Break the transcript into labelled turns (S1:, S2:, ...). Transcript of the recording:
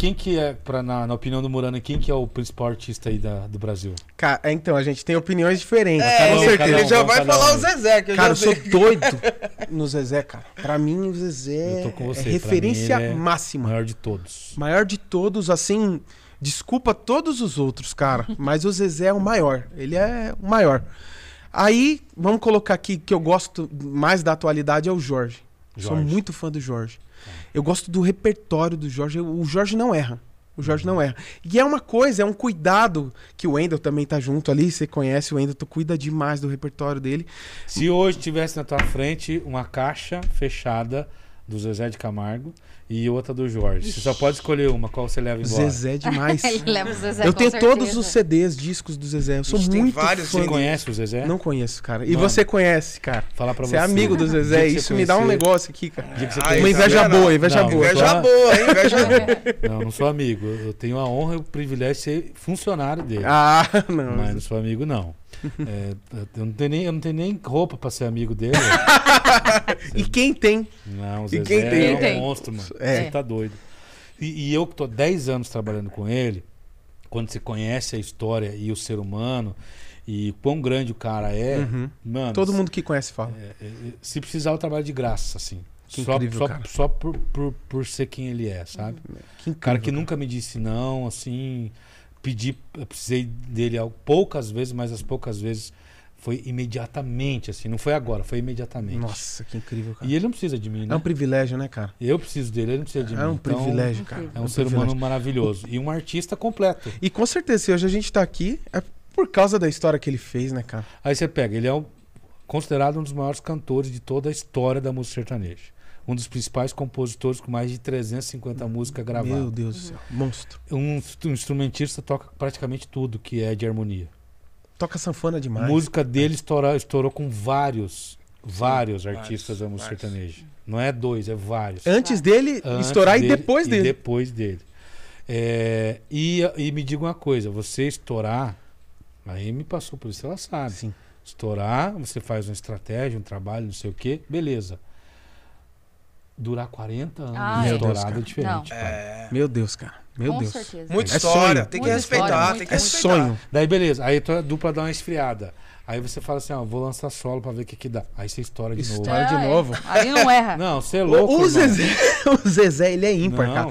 S1: Quem que é, pra, na, na opinião do Murano, quem que é o principal artista aí da- do Brasil?
S2: Cara, é, então, a gente tem opiniões diferentes.
S1: cada
S3: É,
S1: um,
S3: com
S1: cada
S3: certeza.
S1: um,
S3: Ele já
S1: vamos
S3: vai
S1: cada
S3: falar
S1: um.
S3: o Zezé, que eu
S2: Cara, eu
S3: já sei.
S2: sou doido no Zezé, cara. Pra mim, o Zezé
S1: Eu tô com você,
S2: é
S1: pra
S2: referência
S1: mim ele é
S2: máxima.
S1: Maior de todos.
S2: Maior de todos, assim. Desculpa todos os outros, cara. Mas o Zezé é o maior. Ele é o maior. Aí, vamos colocar aqui que eu gosto mais da atualidade é o Jorge. Sou
S1: Jorge.
S2: muito fã do Jorge. Eu gosto do repertório do Jorge. O Jorge não erra. O Jorge não erra. E é uma coisa, é um cuidado que o Wendel também tá junto ali. Você conhece o Wendel, tu cuida demais do repertório dele.
S1: Se hoje tivesse na tua frente uma caixa fechada do Zezé de Camargo e outra do Jorge, você só pode escolher uma, qual você leva embora?
S2: Zezé é demais.
S4: Ele leva o Zezé,
S2: Eu
S4: com
S2: tenho todos
S4: certeza.
S2: os CDs, discos do Zezé. Eu sou
S3: Ixi, tem
S2: muito
S3: vários,
S1: Você
S2: fã.
S3: sim.
S2: dele.
S1: conhece o Zezé?
S2: Não conheço, cara. E
S1: Mano.
S2: você conhece, cara.
S1: Falar É? pra
S2: Você
S1: você.
S2: é amigo do
S1: Dia
S2: Zezé.
S1: que você
S2: Isso me dá um
S1: conhecer-
S2: negócio aqui, cara.
S1: dia que você
S3: Ah,
S1: conhecer-
S2: Uma
S3: isso é
S2: inveja
S3: verdade.
S2: boa, inveja
S1: Não,
S2: boa. É
S3: Inveja
S1: Agora-
S3: boa, hein? Inveja boa.
S1: Não, não sou amigo. Eu tenho a honra e o privilégio de ser funcionário dele.
S2: Ah, não.
S1: Mas não sou amigo, não. É, eu, não tenho nem, eu não tenho nem roupa pra ser amigo dele. é
S2: E quem tem?
S1: Não, o
S2: E
S1: Zezé
S2: quem tem?
S1: é
S4: Quem
S1: um
S4: tem?
S1: monstro, mano.
S2: É.
S1: Você tá doido. E, e eu que tô 10 anos trabalhando com ele, quando você conhece a história e o ser humano, e quão grande o cara é,
S2: Uhum.
S1: mano,
S2: Todo mundo que conhece fala.
S1: é, é, se precisar, eu trabalho de graça, assim.
S2: Que
S1: só
S2: incrível,
S1: só,
S2: cara.
S1: só por, por, por ser quem ele é, sabe?
S2: Que incrível,
S1: cara que nunca me disse não, assim, pedi, eu precisei dele al- poucas vezes, mas as poucas vezes foi imediatamente, assim, não foi agora, foi imediatamente.
S2: Nossa, que incrível, cara.
S1: E ele não precisa de mim, né?
S2: É um privilégio, né, cara?
S1: Eu preciso dele, ele não precisa de mim.
S2: É um
S1: Então,
S2: privilégio, cara.
S1: É um, ser
S2: privilégio.
S1: humano maravilhoso e um artista completo.
S2: E com certeza, se hoje a gente tá aqui, é por causa da história que ele fez, né, cara?
S1: Aí você pega, ele é um- considerado um dos maiores cantores de toda a história da música sertaneja. Um dos principais compositores com mais de 350 músicas gravadas.
S2: Meu Deus do céu. Monstro.
S1: Um instru- um instrumentista toca praticamente tudo que é de harmonia.
S2: Toca sanfona
S1: A
S2: demais.
S1: música dele estourou, estourou com vários, vários artistas da música
S3: vários.
S1: sertaneja. Não é dois, é vários.
S2: Antes dele
S1: Antes
S2: estourar
S1: dele
S2: e depois
S1: e
S2: dele.
S1: depois dele. É, e, e me diga uma coisa, você estourar, aí me passou por isso, ela sabe.
S2: Sim.
S1: Estourar, você faz uma estratégia, um trabalho, não sei o quê, beleza. Durar 40 anos
S4: Ah,
S1: de
S4: é.
S2: Meu Deus,
S1: estourado
S2: cara.
S1: é diferente.
S4: Não.
S1: cara.
S2: Meu Deus, cara. Meu
S4: com
S2: Deus.
S4: certeza.
S3: Muita
S2: É
S3: história,
S2: sonho.
S3: tem que
S4: Muita
S3: respeitar,
S4: história,
S3: tem que
S2: É
S3: respeitar.
S2: sonho.
S1: Daí beleza, aí a dupla dá uma esfriada. Aí você fala assim, ó, vou lançar solo pra ver o que que dá. Aí você estoura de novo.
S2: Estoura. Vai de
S4: Ah, é.
S2: novo.
S4: Aí não erra.
S1: Não, você é louco.
S2: o,
S1: irmão.
S2: Zezé, o Zezé, ele é ímpar,
S1: Não,
S2: cara.